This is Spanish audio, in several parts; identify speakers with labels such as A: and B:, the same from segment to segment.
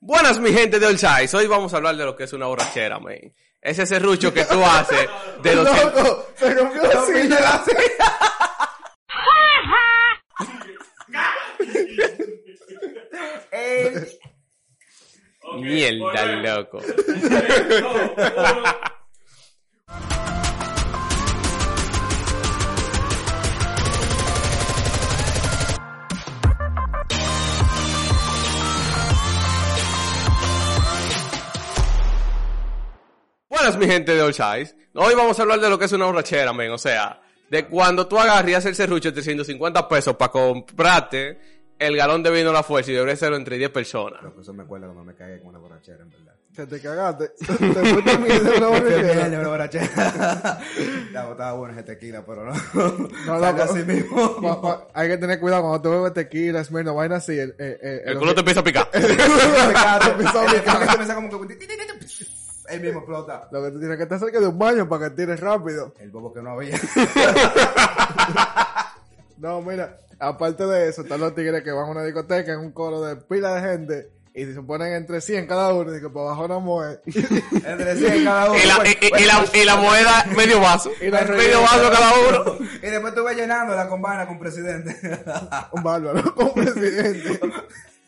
A: Buenas, mi gente de Old Size. Hoy vamos a hablar de lo que es una borrachera, man. Ese serrucho que tú haces de los...
B: Loco, se rompió la silla. La silla.
A: Mierda, loco. Buenas, mi gente de Old Size. Hoy vamos a hablar de lo que es una borrachera, men. O sea, de cuando tú agarras y haces el serrucho de 350 pesos para comprarte el galón de vino a la fuerza y debería hacerlo entre 10 personas.
C: Loco, eso me acuerda cuando me cagué con una borrachera, en verdad.
B: Te, te cagaste. Te fuiste a mi de una
C: Fui a
B: borrachera.
C: pelear de una borrachera. La botaba buena ese tequila, pero no.
B: No,
C: No,
B: loco.
C: Así mismo.
B: Pa- pa- hay que tener cuidado cuando tú bebes tequila, esmerno, vaina así. El, eh, eh,
A: El culo te empieza a picar.
B: te empieza a
C: El
B: brincar.
C: que comienza como que... Él mismo explota.
B: Lo que tú tienes que estar cerca de un baño para que tires rápido.
C: El bobo que no había.
B: No, mira, aparte de eso, están los tigres que van a una discoteca en un coro de pila de gente y se ponen entre 100 cada uno y que para abajo una mujer.
C: Entre 100 cada uno. pues.
A: Y la, y- y- y la- y la moneda, medio vaso.
B: Y la
A: medio vaso cada uno.
C: Y después tú vas llenando la combana con presidente.
B: Un bárbaro, un presidente.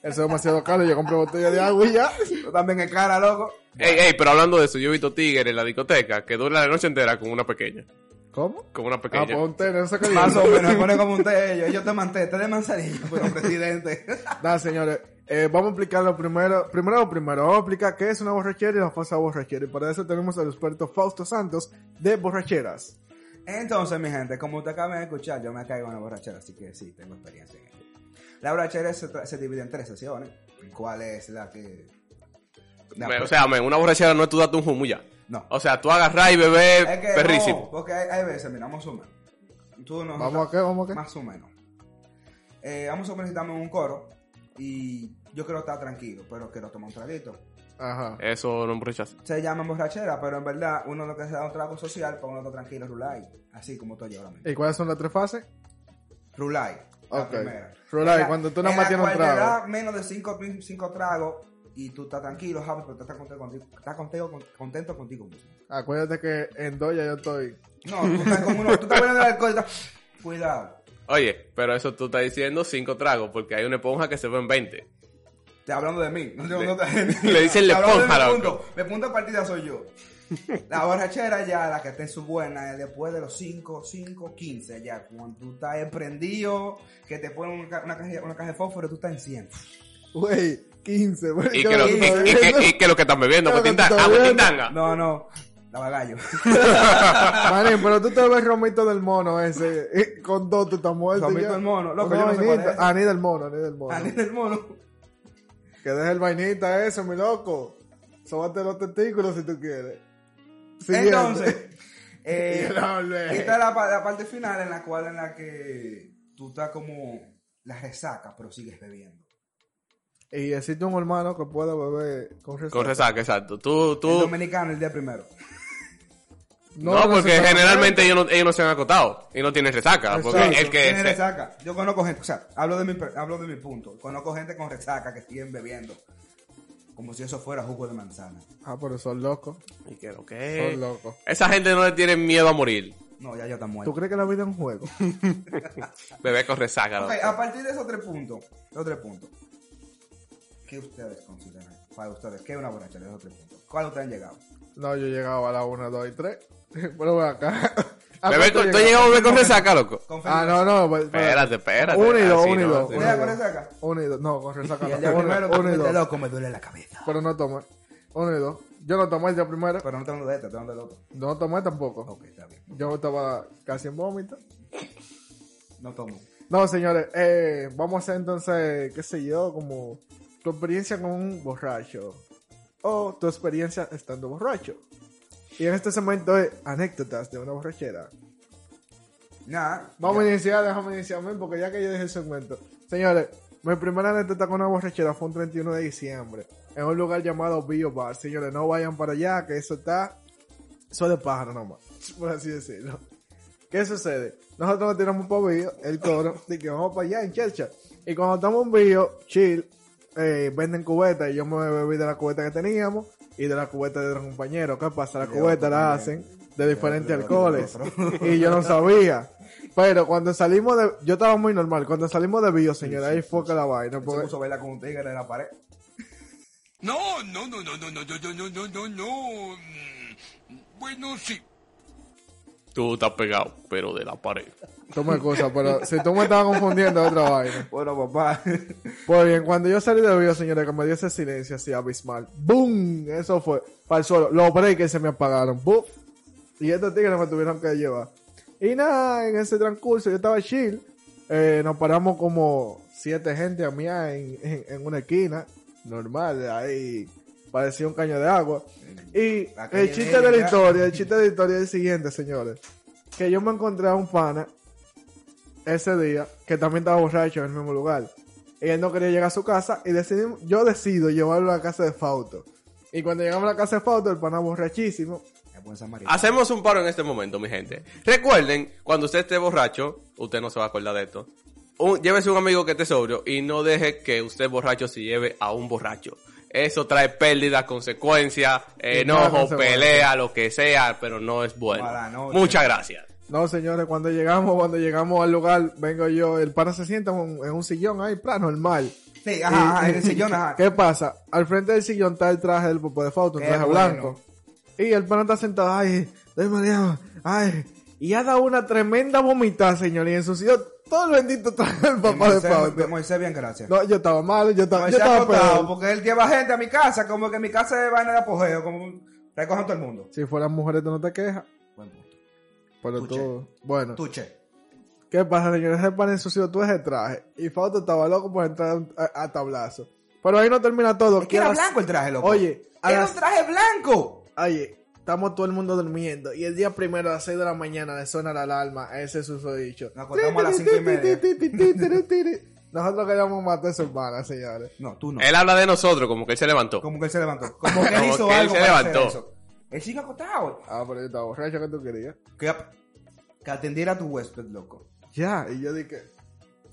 B: Eso es demasiado caro, yo compré botella de agua y ya.
C: Tú también es cara, loco.
A: Ey, ey, pero hablando de eso, yo he visto tigre en la discoteca que dura la noche entera con una pequeña.
B: ¿Cómo?
A: Con una
B: Ah, pues
A: pequeña.
B: un té, no sé qué
C: Más
B: digo.
C: o menos, pone como un té ellos. Ellos te manté, te de manzanilla, pero presidente.
B: Nada, señores. eh, vamos a explicar lo primero. Primero lo primero, vamos a explicar qué es una borrachera y la falsa borrachera. Y para eso tenemos al experto Fausto Santos de borracheras.
C: Entonces, mi gente, como te acaban de escuchar, yo me caigo en la borrachera, así que sí, tengo experiencia en ello. La borrachera se, tra- se divide en tres sesiones. ¿Cuál es la que...? La-
A: Me- o sea, men, una borrachera no es tú darte un humo y ya.
C: no.
A: O sea, tú agarras y bebes
C: Es que no,
A: perrísimo.
C: porque hay, hay veces, mira, vamos a sumar. Tú no,
B: Vamos a qué, vamos a qué.
C: Más o menos. Eh, vamos a suponer que estamos en un coro y yo quiero estar tranquilo, pero quiero tomar un traguito.
B: Ajá.
A: Eso no emborrachas.
C: Se llama borrachera, pero en verdad uno lo que se da un trago social para uno estar tranquilo, rulay. Así como estoy yo ahora
A: Eh.
C: mismo.
B: ¿Y cuáles son las tres fases?
C: Rulay. la
B: Ok.
C: primera.
B: Rulay,
C: En la-
B: cuando tú nada
C: en
B: más
C: la
B: tienes un
C: cual te
B: trago.
C: da menos de 5 cinco, cinco tragos y tú estás tranquilo, Javi, pero tú estás contento, contigo- estás contento, con- contento contigo mismo.
B: Acuérdate que en Doya yo estoy.
C: No, tú estás con uno, tú estás bebiendo el alcohol y estás- Cuidado.
A: Oye, pero eso tú estás diciendo cinco tragos porque hay una esponja que se ve en 20.
C: Te hablando de mí. No, no,
A: Le-
C: no te-
A: le dicen
C: te
A: le
C: hablando de
A: ponja,
C: mi
A: loco.
C: punto. Mi punto de partida soy yo. La borrachera ya, la que esté en su buena, es después de los 5, 5, 15, ya. Cuando tú estás emprendido, que te ponen una, ca- una caja, una caja de fósforo, tú estás en 100.
B: Wey, 15, güey.
A: Y que, lo, y,
B: ¿qué
A: y- y- y que lo que están bebiendo, pues, Ah,
B: Claro,
A: Agustín
B: que tú
A: Tanga.
B: estás
A: Agustín
B: bebiendo.
A: Tanga.
C: No, no, la bagallo.
B: Marín, pero tú te ves Romito del Mono ese. eh, Con dos, tú estás muerto.
C: Romito
B: ya.
C: del Mono, loco,
B: Una
C: yo no sé cuál
B: vainita.
C: es.
B: Aní del Mono, Aní del Mono.
C: Ani del mono.
B: Que deje el vainita eso, mi loco. Sobate los testículos si tú quieres. Siguiente.
C: Entonces, eh,
B: No, güey.
C: esta es la, pa- la parte final en la cual en la que tú estás como la resaca, pero sigues bebiendo.
B: Y existe un hermano que pueda beber con resaca.
A: Con resaca, exacto. Tú,
C: El
A: tú.
C: dominicano el día primero.
A: No, porque
B: necesariamente.
A: generalmente ellos no, ellos no se han acotado y no tienen resaca. Porque
B: Exacto.
A: el que.
C: Tiene
A: se-
C: resaca. Yo conozco gente, o sea, hablo de mi per- hablo de mi punto. Conozco gente con resaca que siguen bebiendo. Como si eso fuera jugo de manzana.
B: Ah, pero son locos.
A: Y que lo
B: Son
C: Eh.
A: que-
B: locos.
A: Esa gente no le tiene miedo a morir.
C: No, ya yo está
B: ¿Tú
C: muerto.
B: crees que la vida es un juego?
A: Bebé con resaca.
C: Ok,
A: loco.
C: a partir de esos tres puntos, esos tres puntos. ¿Qué ustedes consideran para ustedes? ¿Qué es una borrachera de esos tres puntos? ¿Cuál ustedes han llegado?
B: No, yo llegaba a la 1, 2 y 3. Pero ven acá. ¿A
A: Bebé
B: cuánto
A: con- ¿Tú
B: llegaba?
A: llegas a beber con resaca, loco?
B: Ah, no, no. pues,
A: Espérate, espérate.
B: Uno y dos,
A: Así
B: uno y
A: no,
B: dos.
A: así no.
B: uno
C: ¿Te
B: y
C: da con
B: dos.
C: resaca?
B: Uno y dos. No, con resaca.
C: Y el
B: no.
C: día primero,
B: Uno, uno y
C: comete
B: dos.
C: loco, me duele la cabeza.
B: Pero no tomé. Uno y dos. Yo no tomé el día primero.
C: Pero no te hablando de este, te hablando del otro.
B: No tomé tampoco.
C: Ok, está bien.
B: Yo estaba casi en vómito.
C: No tomo.
B: No, señores, eh, vamos a hacer entonces, qué sé yo, como tu experiencia con un borracho o tu experiencia estando borracho. Y en este segmento es anécdotas de una borrachera.
C: Nada.
B: Vamos a iniciar, déjame iniciar, men, porque ya que yo dejé el segmento. Señores, mi primera anécdota con una borrachera fue un 31 de diciembre, en un lugar llamado Bio Bar. Señores, no vayan para allá, que eso está... Eso es de pájaro nomás, por así decirlo. ¿Qué sucede? Nosotros nos tiramos un poquillo, el coro, y que vamos para allá en Chelcha. Y cuando estamos en Bio, chill, eh, venden cubetas y yo me bebí de la cubeta que teníamos y de la cubeta de otro compañero. ¿Qué pasa? La
C: De
B: cubeta
C: otro
B: la
C: compañero.
B: hacen de diferentes
C: otro,
B: alcoholes
C: de
B: y yo no sabía. Pero cuando salimos de... Yo estaba muy normal. Cuando salimos de Bio, señora, ahí fue que la vaina.
C: Se
B: porque-
C: puso a bailar con un tigre en la pared.
D: No, no, no, no, no, no, no, no, no, no, no, no. Mm, Bueno, sí.
A: Tú estás pegado, pero de la pared.
B: Tú me excusas, pero si tú me estabas confundiendo es otra vaina.
C: Bueno, papá.
B: Pues bien, cuando yo salí de video, señores, que me dio ese silencio así abismal. ¡Boom! Eso fue. Para el suelo. Los breakers se me apagaron. ¡Buf! Y estos tigres me tuvieron que llevar. Y nada, en ese transcurso yo estaba chill. Eh, nos paramos como siete gente a mía en, en, en una esquina. Normal, de ahí parecía un caño de agua. Y
C: La calle
B: el chiste de la
C: negra.
B: historia, el chiste de la historia es el siguiente, señores. Que yo me encontré a un pana ese día, que también estaba borracho en el mismo lugar. Y él no quería llegar a su casa y decidimos, yo decido llevarlo a la casa de Fauto. Y cuando llegamos a la casa de Fauto, el pana borrachísimo.
C: Es buen samaritano.
A: Hacemos un paro en este momento, mi gente. Recuerden, cuando usted esté borracho, usted no se va a acordar de esto. Un- llévese un amigo que esté sobrio y no deje que usted borracho se lleve a un borracho. Eso trae pérdidas, consecuencias, enojo,
B: consecuencia.
A: pelea, lo que sea, pero no es
C: Mala
A: bueno.
C: noche.
A: Muchas gracias.
B: No, señores, cuando llegamos, cuando llegamos al lugar, vengo yo, el pana se sienta en un, en un sillón ahí, plano, normal.
C: Sí, ajá, ajá, en el sillón, ajá.
B: ¿Qué pasa? Al frente del sillón está el traje del popo de Fauto, un
C: Qué
B: traje
C: bueno.
B: blanco. Y el pana está sentado, ay, estoy mareado, ay. Y ha dado una tremenda vomitada, señor, y ensució todo el bendito traje del papá de
C: Moisés,
B: Fauto.
C: Moisés, bien, gracias.
B: No, yo estaba mal, yo estaba, yo
C: Moisés ha
B: estaba
C: contado,
B: peor.
C: porque él lleva gente a mi casa, como que mi casa es vaina de apogeo, como recojan todo el mundo.
B: Si fueran mujeres, tú no te quejas.
C: Buen punto.
B: Pero
C: Tuche.
B: tú, bueno.
C: Tuche.
B: ¿Qué pasa, señores? Ese pan ensució todo ese traje. Y Fausto estaba loco por entrar a un- a, a tablazo. Pero ahí no termina todo.
C: Es
B: que
C: que era
B: a las-
C: blanco el traje, loco.
B: Oye, a
C: era
B: las-
C: un traje blanco.
B: Oye, estamos todo el mundo durmiendo. Y el día primero a las 6 de la mañana le suena la alarma. a Ese susodicho.
C: Nos acostamos a las cinco y media.
B: Nosotros queríamos matar a esos panas, señores.
C: No, tú no.
A: Él habla de nosotros como que él se levantó.
C: Como que él se levantó. Como que él
A: Como
C: hizo
A: que él
C: algo.
A: se
C: para
A: levantó.
C: hacer eso. Él sigue acostado.
B: Ah, pero yo estaba borracho que tú querías.
C: Que, que atendiera a tu huésped, loco.
B: Ya, y yo dije,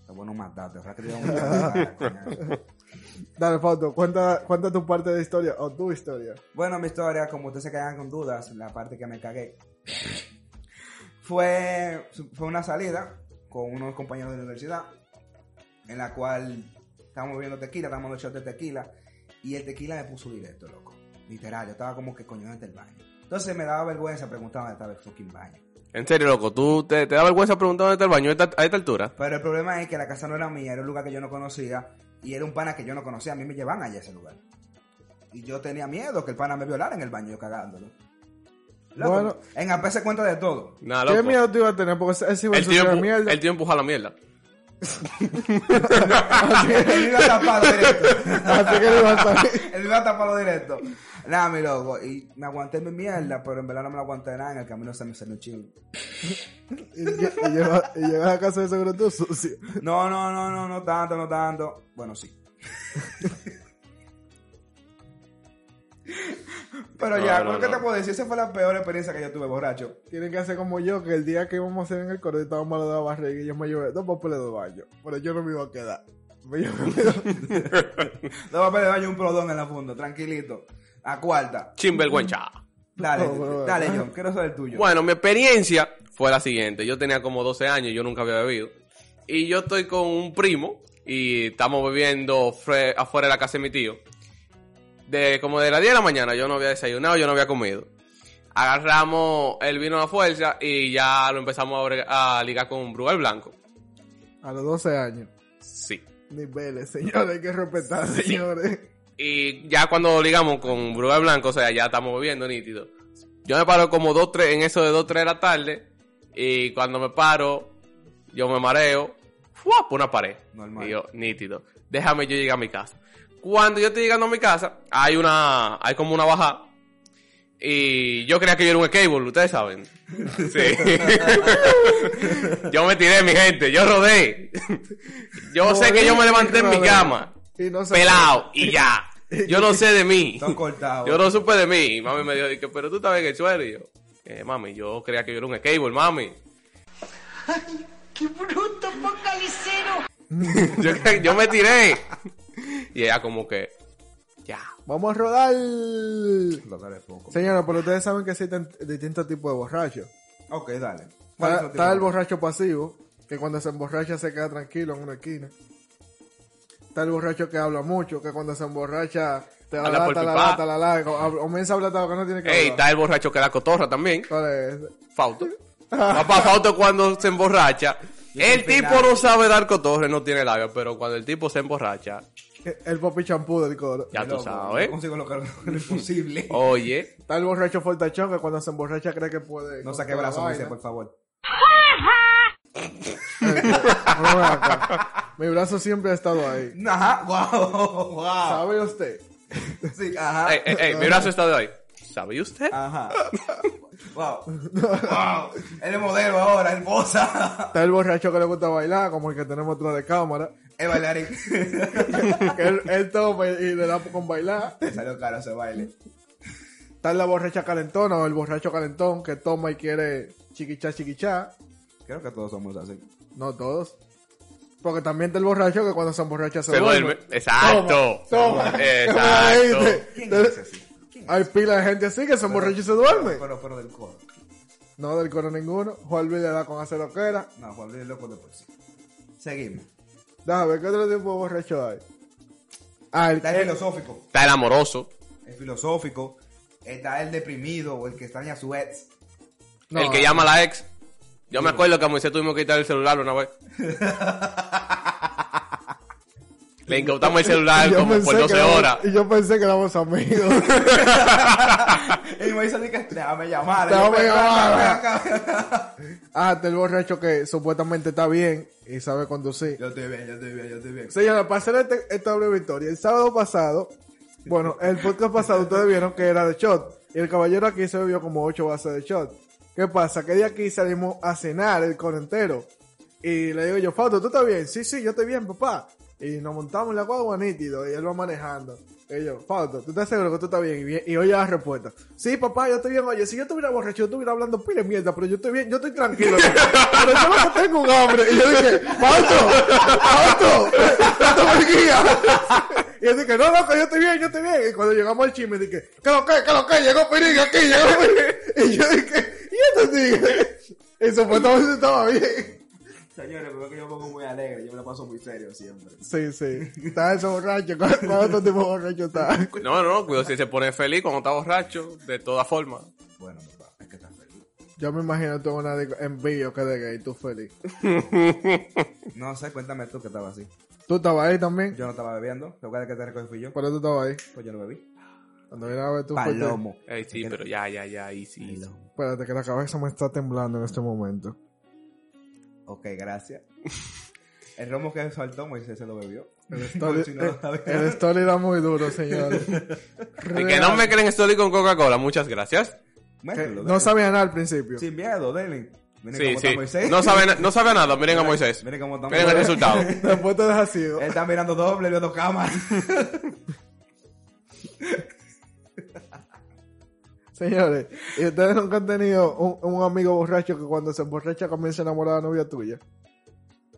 C: Está bueno matarte. Ojalá que te digan una coñazo.
B: dale, Fausto, cuenta, cuenta tu parte de historia o tu historia.
C: Bueno, mi historia, como ustedes se quedan con dudas, la parte que me cagué, fue, fue una salida con unos compañeros de la universidad, en la cual estábamos bebiendo tequila, estábamos dando shots de tequila, y el tequila me puso directo, loco. Literal, yo estaba como que coño desde el baño. Entonces me daba vergüenza preguntar dónde estaba el fucking baño.
A: En serio, loco, tú te, te da vergüenza preguntar dónde está el baño a esta, a esta altura.
C: Pero el problema es que la casa no era mía, era un lugar que yo no conocía y era un pana que yo no conocía. A mí me llevan allá a ese lugar. Y yo tenía miedo que el pana me violara en el baño yo cagándolo. Loco,
B: Bueno.
C: en AP se cuenta de todo.
A: Nada,
B: ¿Qué
A: loco.
B: miedo tú ibas a tener? Porque ese- ese iba a
A: El tío,
B: ensuciar
A: empu-
B: mierda.
A: el tío empuja la mierda.
C: él iba tapado directo.
B: Así que le iba a salir.
C: Él iba tapado directo. Nada, mi loco. Y me aguanté mi mierda, pero en verdad no me la aguanté nada. En el camino se me salió un chingo.
B: Y, lle- y lleva- y llegas a casa de seguro tú sucio.
C: No, no, no, no, no tanto, no tanto. Bueno, sí. Pero
A: No,
C: ya,
A: no,
C: creo que
A: no.
C: te puedo decir, esa fue la peor experiencia que yo tuve, borracho.
B: Tienen que hacer como yo, que el día que íbamos a hacer en el coro estaba malo de la barriga y yo me llevé dos papeles de baño. Pero yo no me iba a quedar. Me llevé-
C: Dos papeles de baño y un prodón en la funda, tranquilito. A cuarta.
B: Mm.
A: Chimbergüencha.
C: Dale,
B: No, bro,
C: dale,
B: bro.
C: John, quiero saber el tuyo.
A: Bueno, mi experiencia fue la siguiente. Yo tenía como 12 años, yo nunca había bebido. Y yo estoy con un primo y estamos bebiendo fre- afuera de la casa de mi tío. De como de las 10 de la mañana, yo no había desayunado, yo no había comido. Agarramos el vino a la fuerza y ya lo empezamos a bre- a, ligar con un brugal blanco.
B: a los 12 años.
A: Sí.
B: Niveles, señores, hay que respetar, señores.
A: Y ya cuando ligamos con Brugal Blanco, o sea, ya estamos bebiendo nítido. Yo me paro como 2, 3, en eso de 2, 3 de la tarde. Y cuando me paro, yo me mareo. ¡Fua! Por una pared.
C: Normal.
A: Y yo, nítido. Déjame yo llegar a mi casa. Cuando yo estoy llegando a mi casa, hay una. Hay como una bajada. Y yo creía que yo era un skateboard, ustedes saben. Sí. yo me tiré, mi gente. Yo rodé. yo sé que yo me levanté en mi cama
B: Y no se-
A: pelado y ya. Yo no sé de mí.
C: Están cortados.
A: Yo no supe de mí. Y mami me dijo, dije, pero tú estabas en el suelo. Y yo, eh, mami, yo creía que yo era un skateboard, mami.
E: ¡Qué bruto, focalicero!
A: Yo, cre- yo me tiré. Y ella como que, ya.
B: Vamos a rodar.
C: Lo que le pongo.
B: Señores, pero ustedes saben que existen distintos tipos de borrachos.
C: Ok, dale. ¿Cuál
B: Está,
C: es el
B: está
C: tipo?
B: el borracho pasivo, que cuando se emborracha se queda tranquilo en una esquina. Está el borracho que habla mucho, que cuando se emborracha te la
A: Habla por
B: lata, la
A: pipa.
B: lata, la lata, hab- comienza a hablar todo lo que no tiene que
A: Ey,
B: hablar.
A: está el borracho que da cotorra también.
B: ¿Cuál es ese?
A: Fauto. Papá Fauto cuando se emborracha. El
C: estoy
A: tipo
C: penal.
A: no sabe dar cotorra, no tiene labio, pero cuando el tipo se emborracha,
B: El papi champú del coro.
A: ya tú
C: Loco,
A: sabes. Oh.
C: No consigo lo que lo imposible.
A: Oye,
B: Está el borracho fortachón que cuando se emborracha cree que puede.
C: No
B: con
C: saque
B: toda la
C: brazo, me dice,
B: vaina.
C: por favor.
B: No, ven acá. Mi brazo siempre ha estado ahí.
C: Ajá, wow, wow.
B: ¿Sabe usted?
C: Sí, ajá.
B: Ah.
A: ey, ey, ey, Eh, mi brazo está de hoy. ¿Sabe usted?
C: Ajá. wow. Wow. Él es modelo ahora, esposa.
B: Está el borracho que le gusta bailar, como el que tenemos atrás de cámara.
C: Es bailarín.
B: Que él, él toma y le da con bailar.
C: Te salió caro ese baile.
B: Está la borracha calentona o el borracho calentón que toma y quiere chiquichá, chiquichá.
C: Creo que todos somos así.
B: No todos. Porque también está el borracho que cuando se emborracha se,
A: Se duerme. Exacto.
B: Toma, toma.
A: Exacto.
C: ¿Quién es así? ¿Quién
B: Hay pila de gente así que se emborracha y se duerme.
C: Pero, pero del coro.
B: No del coro ninguno. Juan Luis le da con hacer lo que era.
C: No, Juan Luis es loco de por sí. Seguimos.
B: Déjame ver qué otro tipo de borracho hay. Ah, el,
C: Está el filosófico.
A: Está el amoroso.
C: El filosófico. Está el deprimido o el que extraña a su ex.
B: no,
A: el que llama a la ex. Yo me acuerdo que a Moisés tuvimos que quitar el celular una vez. Le incautamos el celular
B: yo
A: como
B: pensé
A: por
B: que
A: 12
B: éramos-
A: horas.
B: Y yo pensé que éramos amigos.
C: Y me dice, que déjame llamar.
B: Déjame
C: Y yo,
B: llamar.
C: "Ven acá, ven acá".
B: ah, está el borracho que supuestamente está bien y sabe conducir.
C: Yo estoy bien, yo estoy bien, yo estoy bien.
B: Señora, para hacer este- esta breve historia, el sábado pasado, bueno, el podcast pasado ustedes vieron que era de shot. Y el caballero aquí se bebió como ocho vasos de shot. ¿Qué pasa? Que de aquí salimos a cenar el coro entero. Y le digo yo, Fausto, ¿tú estás bien? Sí, sí, yo estoy bien, papá. Y nos montamos en la guagua nítido y él va manejando. Y yo, Fausto, ¿tú estás seguro que tú estás bien? Y, bien- y oye la respuesta. Sí, papá, yo estoy bien. Oye, si yo estuviera borracho, yo estuviera hablando pile mierda, pero yo estoy bien, yo estoy tranquilo. pero yo lo que tengo un hambre. Y yo dije, Fausto, ¡Alto! ¡Alto Mejía! Y él dije, no, no, que yo estoy bien, yo estoy bien. Y cuando llegamos al chisme, dije, ¿qué lo que, qué lo que? Llegó Piringa aquí, llegó Piringa. Y yo dije, ¿y este tigre? Y supuestamente estaba bien.
C: Señores, pero es que yo me pongo muy alegre, yo me lo paso muy serio siempre.
B: Sí, sí. Está eso borracho. ¿Cuál, cuál otro tipo de borracho está?
A: No, no, no, cuidado si se pone feliz cuando está borracho, de todas formas.
C: Bueno, papá, es que estás feliz.
B: Yo me imagino tú en una disco- en vídeo que de gay, tú feliz.
C: No sé, cuéntame tú que estaba así.
B: ¿Tú estabas ahí también?
C: Yo no estaba bebiendo, lo que te recogí fui yo,
B: ¿Por eso estabas ahí?
C: pues yo no bebí.
B: Cuando vine a ver tú fuiste-
C: Palomo.
A: Ey, Eh, sí, pero ya, ya, ya, y sí.
C: Palomo.
B: Espérate, que la cabeza me está temblando en este momento.
C: Ok, gracias. El romo que saltó, Moisés se lo bebió.
B: El story,
C: si no lo está viendo.
B: el story era muy duro, señores.
A: Y que no me creen estoy con Coca-Cola, muchas gracias.
B: Que
C: Mételo,
B: Eh, no
C: denle.
B: sabía nada al principio.
C: Sin miedo, denle. Miren
A: Sí,
C: cómo está
A: sí.
C: Moisés.
A: No sabe, na- no sabe a nada, miren a Moisés.
C: Miren cómo está
A: Miren el
C: Moisés.
A: resultado.
B: Después te dejas así. ¿no?
C: Él está mirando doble, viendo cámara.
B: Señores, ¿y ustedes nunca han tenido un, un amigo borracho que cuando se emborracha comienza a enamorar a la novia tuya?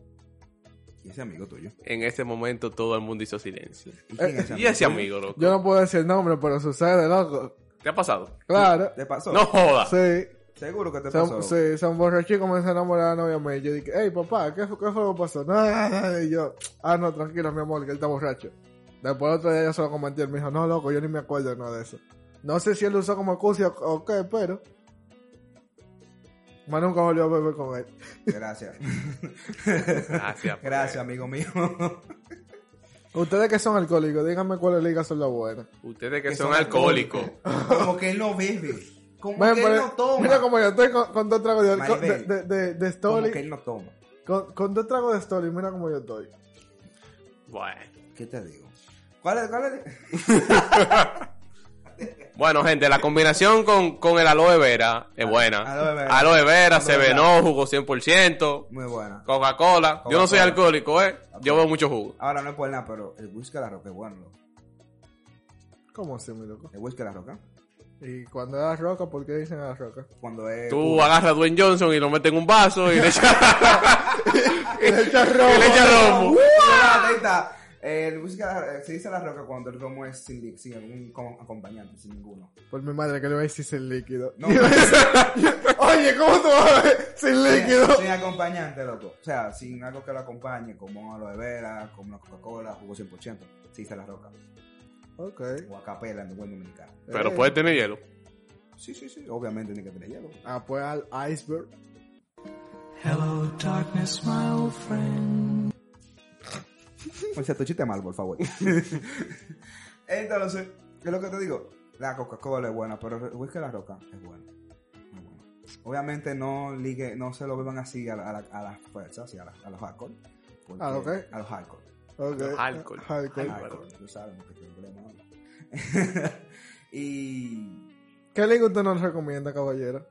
C: ¿Y ese amigo tuyo?
A: En ese momento todo el mundo hizo silencio.
C: ¿Y quién es
A: Y ese amigo, loco.
B: Yo no puedo decir nombre, pero sucede, loco.
A: ¿Te ha pasado?
B: Claro.
C: ¿Te pasó?
A: No jodas.
B: Sí.
C: Seguro que te pasó.
B: Son, sí, son borrachos y comienza a enamorar a la novia mía. Y yo dije, hey papá, ¿qué, fue- qué fue lo que pasó? Nada, nada. Y yo, ah, no, tranquilo, mi amor, que él está borracho. Después otro día yo se lo comenté, él me dijo, no, loco, yo ni me acuerdo de nada de eso. No sé si él lo usó como excusa o o qué, pero... Más nunca volvió a beber con él.
C: Gracias.
A: Gracias.
C: Gracias, amigo mío.
B: Ustedes que son alcohólicos, díganme cuáles ligas son las buenas.
A: Ustedes que
C: Que
A: son
C: son
A: alcohólicos.
C: Como que él no bebe. Como
B: Ven,
C: que él
B: pero-
C: no toma.
B: mira como yo estoy con, con dos tragos de alcohol, de,
C: Maribel.
B: de, de- de
C: Como
B: Stoli.
C: que él no toma.
B: Con, con dos tragos de Stoli, mira como yo estoy.
A: Bueno.
C: ¿Qué te digo? ¿Cuál es? ¿Cuál es?
A: Bueno, gente, la combinación con, con el aloe vera es buena.
C: Ah, aloe vera.
A: Aloe vera,
C: Aloe vera.
A: Cebenó, jugo 100%,
C: Muy buena.
A: Coca-Cola. Yo no soy
C: Coca-Cola.
A: alcohólico, ¿eh? Yo bebo mucho jugo.
C: Ahora no es por nada, pero el whisky de la roca es bueno. loco.
B: ¿Cómo así, mi loco?
C: El whisky de la roca.
B: Y cuando era roca, ¿por qué dicen a roca?
C: Cuando es.
A: Tú agarras a Dwayne Johnson y lo metes en un vaso y le echas,
B: Le echa
A: y le echas ah,
B: rojo.
A: romo.
C: Ahí está. Eh, la música eh, se dice la roca cuando el romo es sin lic, sin algún co- acompañante, sin ninguno.
B: Por mi madre, que le voy a decir sin líquido.
C: No.
B: Oye, ¿cómo tú vas a ver sin líquido?
C: Sin acompañante, loco. O sea, sin algo que lo acompañe, como aloe vera, como la Coca-Cola, jugo 100%. Se dice la roca.
B: Ok.
C: O a capela en buen dominicano. Eh,
A: Pero puede tener hielo.
C: Sí, sí, sí. Obviamente tiene que tener hielo.
B: Ah, pues al iceberg.
E: Hello, darkness, my old friend.
C: O sea, tu chiste mal, por favor. Entonces, ¿qué es lo que te digo? La Coca-Cola es buena, pero el whisky de la roca es buena. Muy buena. Obviamente no ligue, no se lo beban así a, la- a, la- a las fuerzas, así a, la- a los hardcore. porque-
B: Ah, ok.
C: A los hardcore.
B: Ok. Ah,
A: Alcohol.
B: Alcohol.
A: Alcohol.
C: Hardcore, tú sabes, porque tengo problemas. ¿no? y
B: ¿Qué liga usted nos recomienda, caballero?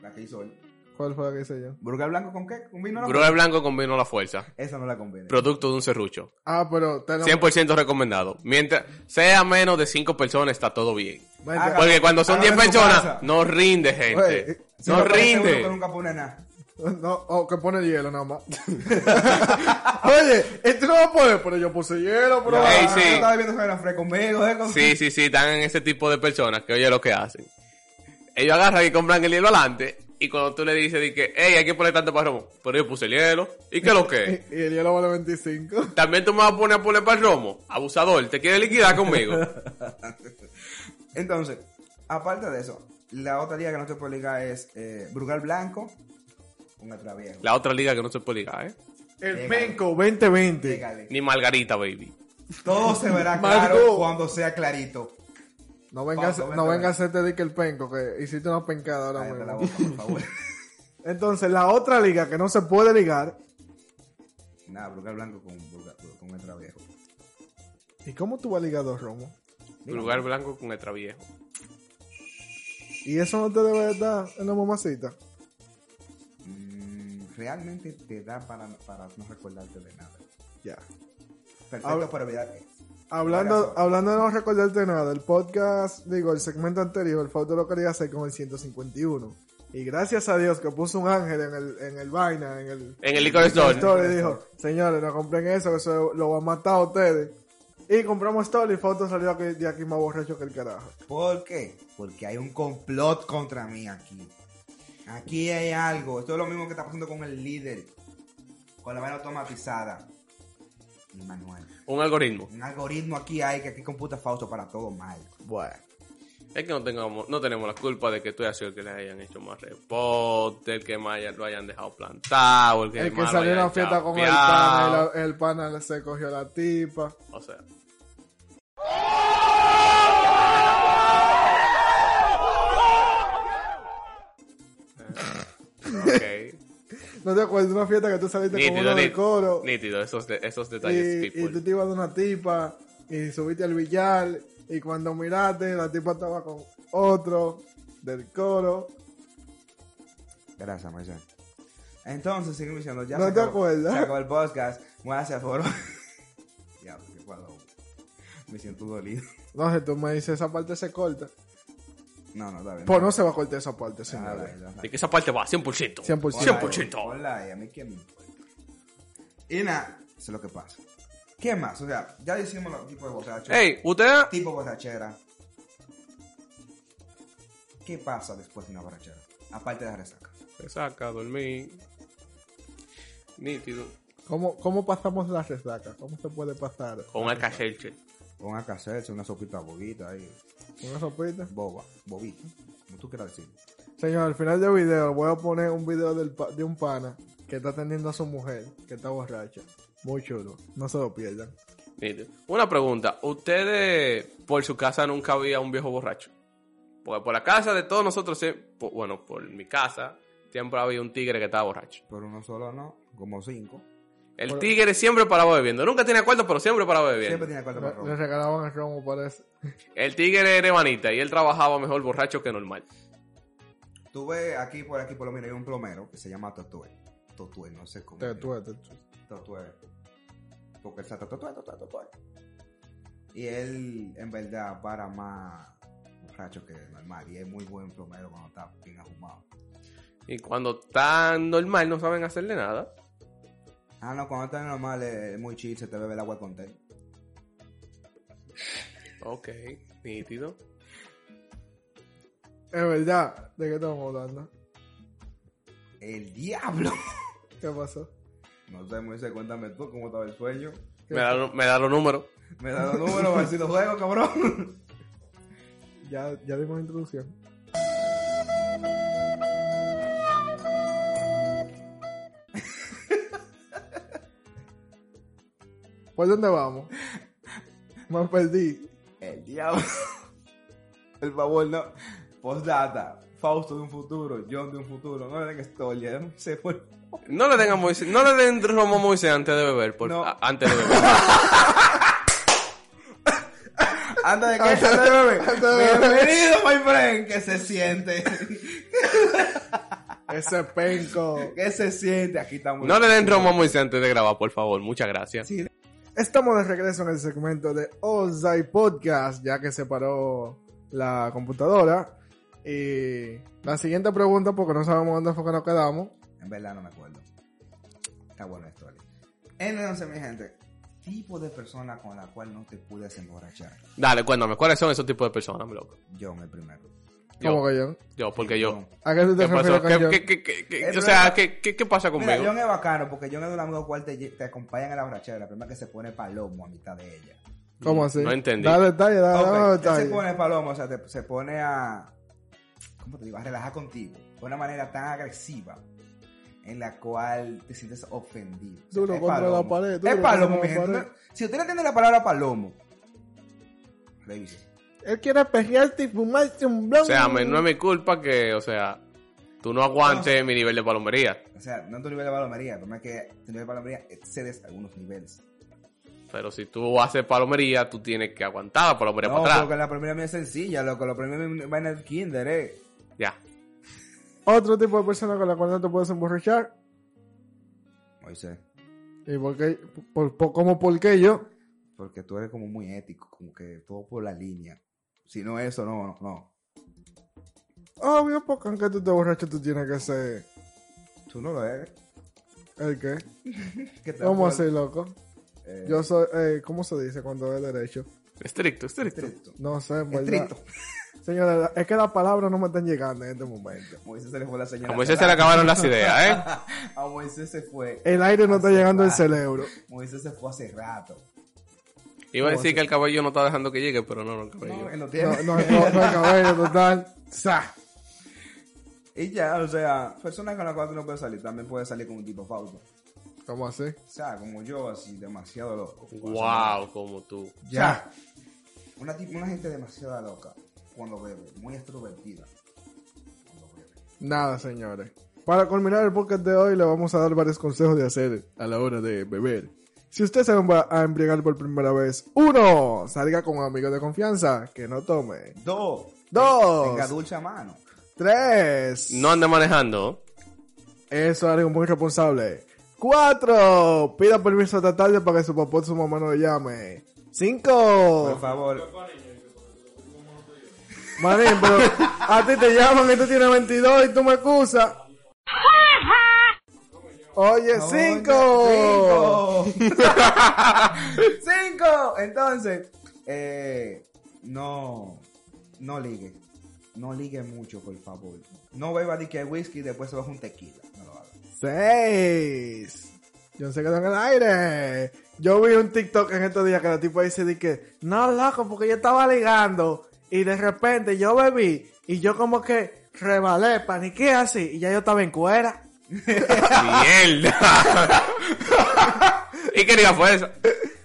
C: la que hizo él.
B: ¿Cuál fue la que hice yo?
C: ¿Burger blanco con qué? ¿Con vino? no?
A: Bruel blanco con vino a la fuerza.
C: Esa no la conviene.
A: Producto de un serrucho.
B: Ah, pero te lo...
A: 100% recomendado. Mientras sea menos de 5 personas, está todo bien.
B: Vente.
C: Haga-
A: Porque cuando son
C: Hágalo
A: 10
C: en tu
A: personas,
C: casa.
A: no rinde, gente.
B: Güey,
C: Si
A: No
C: lo pones seguro que
A: rinde.
C: nunca pone nada.
B: No, oh, que pone hielo nada más. Oye, esto no va a poner, pero yo puse hielo, pero...
A: Ya, Ey,
C: Ah,
A: sí.
C: tú estabas viendo Gran Fre conmigo, ¿eh? Con-
A: Sí, sí, sí, están en ese tipo de personas que oye lo que hacen. Ellos agarran y compran el hielo adelante. Y cuando tú le dices, di que, hey, hay que poner tanto para el romo. Pero yo puse el hielo. ¿Y qué es lo que? es?
B: Y, y el hielo vale 25.
A: También tú me vas a poner a poner para el romo. Abusador, te quiere liquidar conmigo.
C: Entonces, aparte de eso, la otra liga que no te puedo ligar es eh, Brugal Blanco, un atraviejo.
A: La otra liga que no se puede ligar, ¿eh?
B: El
C: Llegale.
B: penco, 2020.
C: Légale.
A: Ni Margarita, baby.
C: Todo se verá
B: Margot.
C: claro cuando sea clarito.
B: No vengas,
C: Paso,
B: no
C: vente,
B: vengas a hacerte de que el penco, que hiciste una pencada ahora
C: Cállate
B: mismo.
C: la boca, por favor.
B: Entonces, la otra liga que no se puede ligar.
C: Nada, Brugal Blanco con, Brugal- con un atraviejo.
B: ¿Y cómo tú vas a ligar dos romos?
A: Lugar blanco con el traviejo.
B: Y eso no te debe de dar en la mamacita.
C: Mm, realmente te da para, para no recordarte de nada.
B: Ya.
C: Perfecto para olvidar.
B: Hablando,
C: Vaya,
B: hablando de no recordarte nada, el podcast, digo, el segmento anterior, el Fauto lo quería hacer con el 151. Y gracias a Dios que puso un ángel en el, en el vaina, en el,
A: En el licor store.
B: story, dijo, señores, no compren eso, que eso lo van a matar a ustedes. Y compramos story y Fauto salió aquí- de aquí más borracho que el carajo.
C: ¿Por qué? Porque hay un complot contra mí aquí. Aquí hay algo. Esto es lo mismo que está pasando con el líder. Con la mano automatizada. Mi Manuel.
A: Un algoritmo.
C: Un algoritmo aquí hay que aquí computa Fausto para todo mal.
B: Bueno.
A: Es que no tengamos, no tenemos la culpa de que tú hayas sido el que le hayan hecho más reporte, el que más haya- lo hayan dejado plantado, el que,
B: El que
A: más lo
B: salió en la
A: hayan
B: fiesta con el
A: chapeado.
B: pana, y la- el pana se cogió la tipa.
A: O sea, ok.
B: ¿No te acuerdas de una fiesta que tú saliste con
A: Nítido,
B: uno del
A: nítido,
B: coro?
A: nítido, esos, de- esos detalles.
B: y, y
A: people.
B: tú te ibas de una tipa y subiste al billar y cuando miraste la tipa estaba con otro del coro.
C: Gracias, Marcel. Entonces, seguimos diciendo, ya
B: No
C: se
B: te
C: acabó-
B: acuerdas.
C: Se acabó el podcast. Gracias por... ya, porque cuando... Me siento dolido.
B: No sé, tú me dices, esa parte se corta.
C: No, no, está bien.
B: Pues no se va a cortar esa parte,
C: Ah,
B: señores.
C: bueno,
A: De que esa parte va, 100%.
B: 100%.
C: Hola,
A: 100%.
C: eh, Hola, y a mí qué me importa. Y nada, eso es lo que pasa. ¿Qué más? O sea, ya hicimos los tipos de borrachos.
A: Ey, usted
C: Tipo borrachera. ¿Qué pasa después de una borrachera? Aparte de la resaca.
A: se saca a dormir. Nítido.
B: ¿Cómo, ¿Cómo pasamos las resacas? ¿Cómo se puede pasar?
A: Con alcacelche.
C: Con a cacerse, una sopita bobita ahí.
B: ¿Una sopita?
C: Boba, bobita. Como tú quieras decir.
B: Señor, al final del video voy a poner un video del pa- de un pana que está atendiendo a su mujer, que está borracha. Muy chulo, no se lo pierdan.
A: Nítido. Una pregunta. ¿Ustedes por su casa nunca había un viejo borracho? Porque por la casa de todos nosotros, sie- po- bueno, por mi casa, siempre había un tigre que estaba borracho.
C: Pero uno solo no, como cinco.
A: El tigre siempre paraba bebiendo. Nunca tenía cuarto, pero siempre paraba
C: Siempre
A: bebiendo.
C: tiene cuatro
B: Le, le
C: perros.
B: regalaban el romo, parece.
A: El tigre era hermanita y él trabajaba mejor borracho que normal.
C: Tú ves aquí, por aquí, por lo menos, hay un plomero que se llama Totue. Totue, no sé cómo.
B: Te tuve, te tuve.
C: tatué. Porque él se tatué, tatué, tatué. Y él, en verdad, para más borracho que normal. Y es muy buen plomero cuando está bien ahumado.
A: Y cuando tan normal no saben hacerle nada.
C: Ah, no, cuando está normal es muy chill, se te bebe el agua con té.
A: Ok, nítido.
B: Es verdad, ¿de qué estamos hablando?
C: El diablo.
B: ¿Qué pasó?
C: No sé, Moisés, cuéntame tú cómo estaba el sueño.
A: Me da, lo- me da los números.
C: Me da los números, para si los juego, cabrón.
B: Ya, ya dimos introducción. ¿Por dónde vamos? Me perdí.
C: El diablo. Por favor, no. Postdata. Fausto de un futuro, John de un futuro. No le den historia, no sé por
A: No le den a Moisés, no le den romo a Moisés antes de beber, por-
C: No.
A: a- antes de beber.
C: Anda
B: Antes
C: de
B: de
C: casa, bebé.
B: antes de beber.
C: Bienvenido, my friend. ¿Qué se siente?
B: Ese penco.
C: ¿Qué se siente? Aquí estamos.
A: No le den romo a Moisés antes de grabar, por favor. Muchas gracias.
C: Sí.
B: Estamos de regreso en el segmento de Onside Podcast, ya que se paró la computadora. Y la siguiente pregunta, porque no sabemos dónde fue que nos quedamos.
C: En verdad no me acuerdo. Está buena la historia. Entonces, mi gente, tipo de persona con la cual no te puedes emborrachar.
A: Dale, cuéntame, ¿cuáles son esos tipos de personas, mi loco?
C: John, el primero.
A: Yo,
B: ¿Cómo que yo?
A: yo, porque yo.
B: ¿A qué tú te
A: ¿Qué
B: refieres
A: pasó?
B: con
A: ¿Qué-
B: yo?
A: qué- qué- qué- qué-
C: El
A: o sea,
C: problema-
A: ¿qué, qué, qué pasa
C: Mira,
A: conmigo?
C: John es bacano porque John es un amigo cual te, lle- te acompaña en la borrachera. La primera que se pone palomo a mitad de ella.
B: ¿Cómo así?
A: No entendí.
B: Dale detalle, dale,
C: Ok,
B: dale
C: él se
B: detalle.
C: pone palomo, o sea, te- se pone a. ¿Cómo te digo? A relajar contigo. De una manera tan agresiva en la cual te sientes ofendido. O sea,
B: Duro
C: es
B: contra la
C: palomo.
B: pared, duro
C: Es palomo, mi
B: contra la
C: gente.
B: pared.
C: No- Si usted no entiende la palabra palomo, revise.
B: Él quiere pejearte y fumarse un blon.
A: O sea, me- no es mi culpa que, o sea, tú no aguantes mi nivel de palomería.
C: O sea, no tu nivel de palomería, el problema es que tu nivel de palomería excedes algunos niveles.
A: Pero si tú haces palomería, tú tienes que aguantar la palomería
C: No,
A: para
C: porque
A: atrás.
C: la palomería mía es sencilla, loco. La palomería mía va en el kinder, eh.
A: Ya.
B: Otro tipo de persona con la cual no te puedes emborrachar.
C: Moisés,
B: ¿Y por qué? Por, por- ¿Cómo por qué yo?
C: porque tú eres como muy ético, como que todo por la línea. Si no eso, no, no, no.
B: Obvio, porque aunque tú te borraches, tú tienes que ser...
C: Tú no lo eres.
B: ¿El qué?
C: ¿Qué te
B: ¿Cómo
C: acuerdas?
B: así, loco?
C: Eh,
B: Yo soy... eh, ¿Cómo se dice cuando es derecho?
A: Estricto, estricto.
C: estricto.
B: No sé, en verdad.
C: Estricto.
B: Señora, la- es que las palabras no me están llegando en este momento.
C: Moisés se le fue la señal.
A: A Moisés se le acabaron las ideas, ¿eh?
C: A Ah, Moisés se fue.
B: El aire no está
C: Hace
B: llegando al
C: rato.
B: cerebro.
C: Moisés se fue hace rato.
A: Iba a
B: ¿Cómo
A: decir que el cabello no está dejando que llegue, pero no, no, el cabello.
C: No, él no tiene.
B: No, no, no, no hay cabello total. ¡Sa!
C: Y ya, o sea, personas con las cuales tú no puedes salir, también puedes salir con un tipo Fausto.
B: ¿Cómo así?
C: O sea, como yo, así, demasiado loco.
A: Wow, como tú.
C: O sea, una, tip- una gente demasiado loca cuando bebe, muy extrovertida. Cuando bebe.
B: Nada, señores. Para culminar el podcast de hoy, le vamos a dar varios consejos de hacer a la hora de beber. Si usted se va a embriagar por primera vez, uno, salga con un amigo de confianza, que no tome.
C: Dos.
B: Dos.
C: Tenga dulce a mano.
B: Tres,
A: No ande manejando.
B: eso es algo muy responsable. Cuatro, pida permiso esta tarde para que su papá o su mamá no lo llame.
C: Por
B: Cinco,
C: favor.
B: Marín, pero a ti te llaman y tú tienes 22 y tú me excusas. Oye, cinco.
C: Cinco. Cinco. Entonces, eh, no, no ligue. No ligue mucho, por favor. No beba de que whisky y después se baja un tequila. No lo haga.
B: 6. Yo se quedó en el aire. Yo vi un TikTok en estos días que la tipa dice de que, no, loco, porque yo estaba ligando y de repente yo bebí y yo como que rebalé, paniqué así y ya yo estaba en cuera.
A: ¡Mierda! ¿Y qué diga fue eso?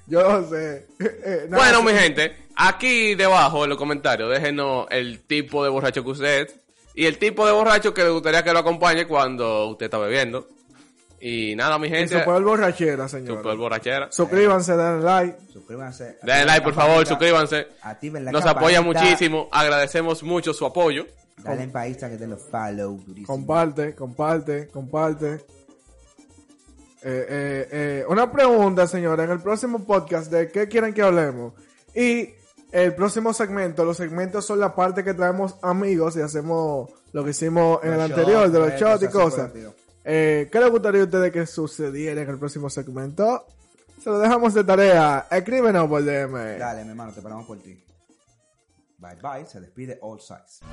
B: Yo no sé. Eh, nada,
A: Bueno,
B: sí.
A: mi gente, aquí debajo en los comentarios déjenos el tipo de borracho que usted es y el tipo de borracho que le gustaría que lo acompañe cuando usted está bebiendo. Y nada, mi
B: En
A: gente,
B: su pueblo borrachera,
A: su peor
B: señor.
A: borrachera.
B: Suscríbanse, denle like.
C: Suscríbanse.
A: Denle like, por favor, suscríbanse.
C: Activen la
A: Nos apoya
C: campanita.
A: muchísimo, agradecemos mucho su apoyo.
C: Dale en país que te lo follow. durísimo.
B: Comparte, comparte, comparte. Eh, eh, eh, una pregunta, señora, en el próximo podcast de qué quieren que hablemos. Y el próximo segmento, los segmentos son la parte que traemos amigos y hacemos lo que hicimos en el
C: Los shots,
B: anterior, de los
C: eh,
B: shots y
C: cosas así
B: cosas.
C: por el estilo.
B: Eh, ¿Qué les gustaría a ustedes que sucediera en el próximo segmento? Se lo dejamos de tarea. Escríbenos por DM.
C: Dale, mi hermano, te esperamos por ti. Bye bye, se despide All Size.